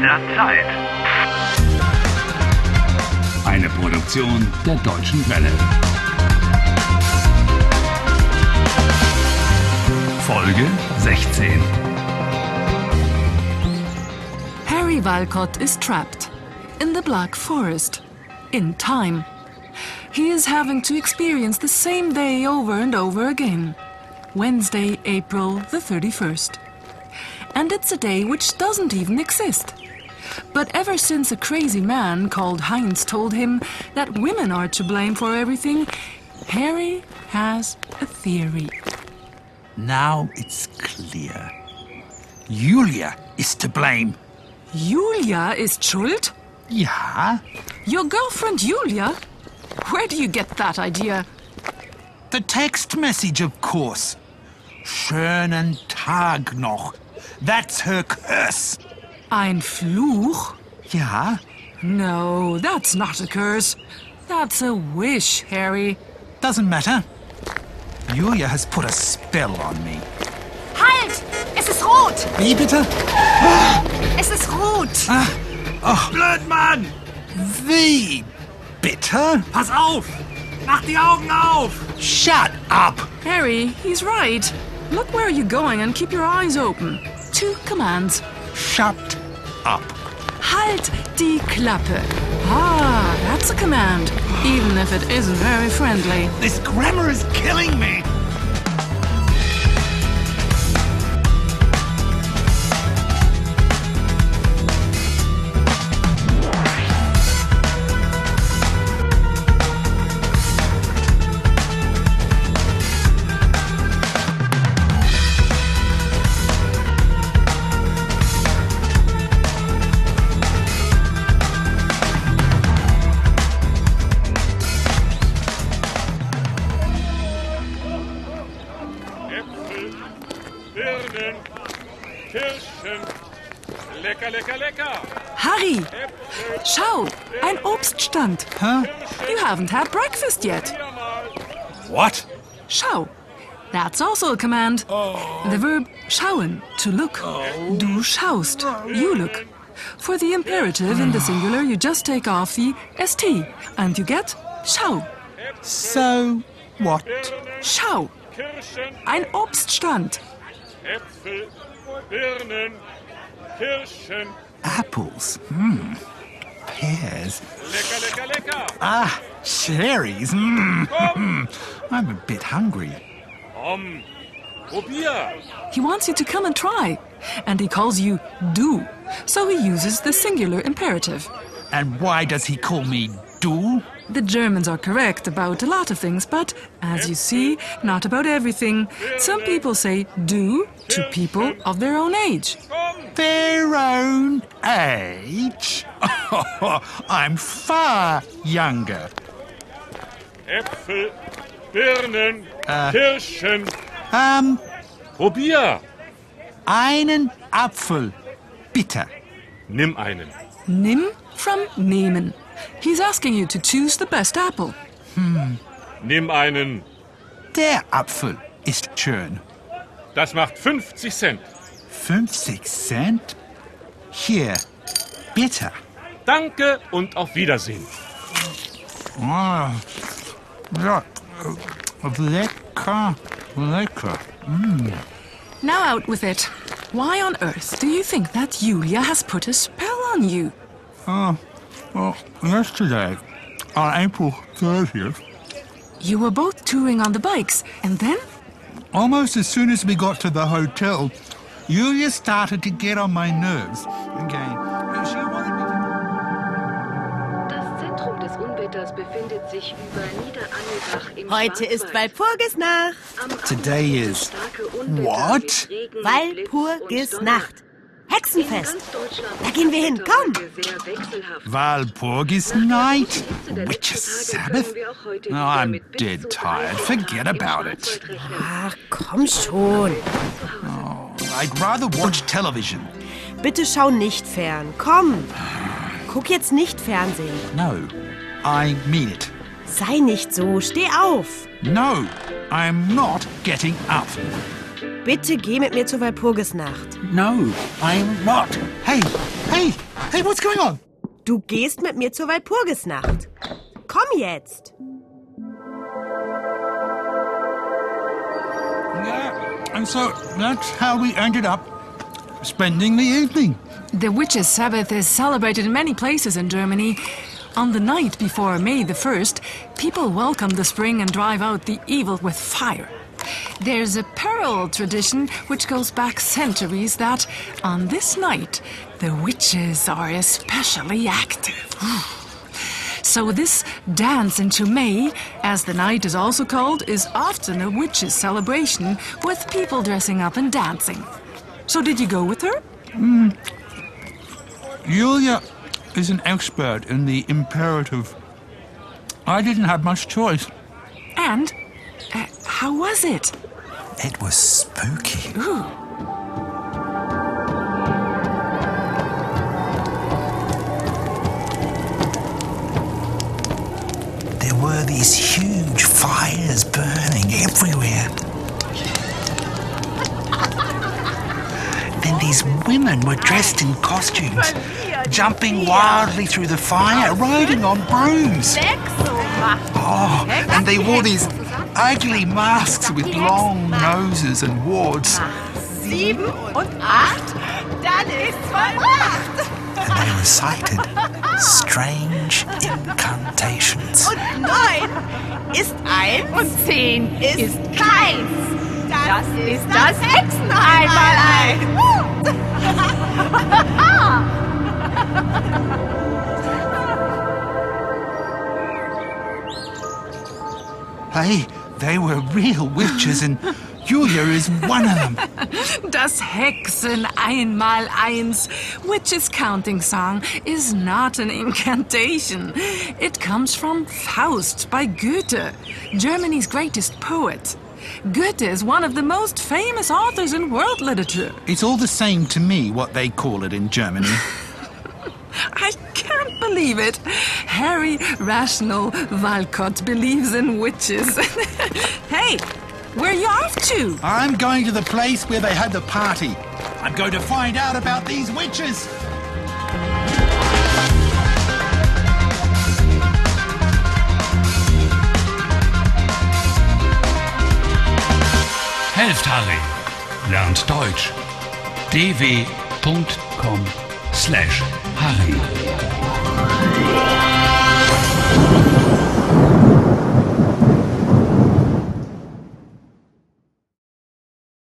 der Zeit. Eine Produktion der Deutschen Welle. Folge 16. Harry Walcott is trapped in the Black Forest in time. He is having to experience the same day over and over again. Wednesday, April the 31st. And it's a day which doesn't even exist. But ever since a crazy man called Heinz told him that women are to blame for everything, Harry has a theory. Now it's clear. Julia is to blame. Julia is schuld? Ja, Your girlfriend Julia? Where do you get that idea? the text message, of course. Schönen Tag noch. That's her curse. Ein Fluch? Ja, No, that's not a curse. That's a wish, Harry. doesn't matter. Julia has put a spell on me. Halt! Es ist rot! Wie bitte? Es ist rot! Blödmann! Wie bitte? Pass auf! Mach die Augen auf! Shut up. Harry, he's right. Look where you're going and keep your eyes open. Two commands. Shut up. Halt die Klappe. Ah, that's a command, even if it isn't very friendly. This grammar is killing me. Äpfel, Birnen, Kirschen. Lecker, lecker, lecker. Harry! Schau, ein Obststand. Huh? You haven't had breakfast yet. Wieder mal. What? Schau. That's also a command. The verb schauen, to look. Du schaust, you look. For the imperative in the singular, you just take off the st and you get schau. So what? Schau. Kirschen, Ein Obststand. Äpfel, Birnen, Kirschen. Apples. Hmm. Pears. Lecker, lecker, lecker. Ah, cherries. Mm. Oh. I'm a bit hungry. Komm, probier. He wants you to come and try. And he calls you du. So he uses the singular imperative. And why does he call me Du? The Germans are correct about a lot of things, but as you see, not about everything. Some people say do to people of their own age. Their own age? I'm far younger. Äpfel, Birnen, Kirschen. Um, Probier. einen Apfel, bitte. Nimm einen. Nim from nehmen. He's asking you to choose the best apple. Nimm einen. Der Apfel ist schön. Das macht 50 Cent. 50 Cent? Hier, bitte. Danke und auf Wiedersehen. Ah, ja, lecker, lecker. Now out with it. Why on earth do you think that Julia has put a spell on you? Well, Ah, oh, yesterday, on April 30th, You were both touring on the bikes, and then almost as soon as we got to the hotel, Yulia started to get on my nerves. Okay. She wanted me to- Das Zentrum des Unwetters befindet sich über Niederangelbach im Heute ist Schwarzwald. Walpurgisnacht. Am Abend Today is- starke Unwetter What? mit Regen, Blitz und Donner. Walpurgisnacht. In Hexenfest. ganz Deutschland Da gehen wir hin, ist komm. heute sehr wechselhaft. Walpurgis night? Witches Sabbath? No, I'm dead tired. Forget about it. Ach, komm schon. I'd rather watch television. Bitte schau nicht fern. Komm. Guck jetzt nicht Fernsehen. No, I mean it. Sei nicht so. Steh auf. No, I'm not getting up. Bitte geh mit mir zur Walpurgisnacht. No, I'm not. Hey, hey, Hey, what's going on? Du gehst mit mir zur Walpurgisnacht. Komm jetzt. Yeah. And so that's how we ended up spending the evening. The Witches' Sabbath is celebrated in many places in Germany. On the night before May the 1st, people welcome the spring and drive out the evil with fire. There's a parallel tradition which goes back centuries that on this night, the witches are especially active. So, this dance into May, as the night is also called, is often a witches' celebration with people dressing up and dancing. So, did you go with her? Julia is an expert in the imperative. I didn't have much choice. And uh, how was it? It was spooky. There were these huge fires burning everywhere. Then these women were dressed in costumes, jumping wildly through the fire, riding on brooms. Weg so, mach. Oh, and they wore these ugly masks with long noses and wards. Sieben und acht, dann ist's vollbracht. And they recited strange incantations. Und neun ist eins. Und zehn ist, keins. Das, ist das Hexen einmal eins. Hey, they were real witches, and Julia is one of them. Das Hexen einmal eins, witch's counting song, is not an incantation. It comes from Faust by Goethe, Germany's greatest poet. Goethe is one of the most famous authors in world literature. It's all the same to me what they call it in Germany. I can't believe it. Harry Rational Walcott believes in witches. hey, where you off to? I'm going to the place where they had the party. I'm going to find out about these witches. Helft Harry. Lernt Deutsch. dw.com/harry.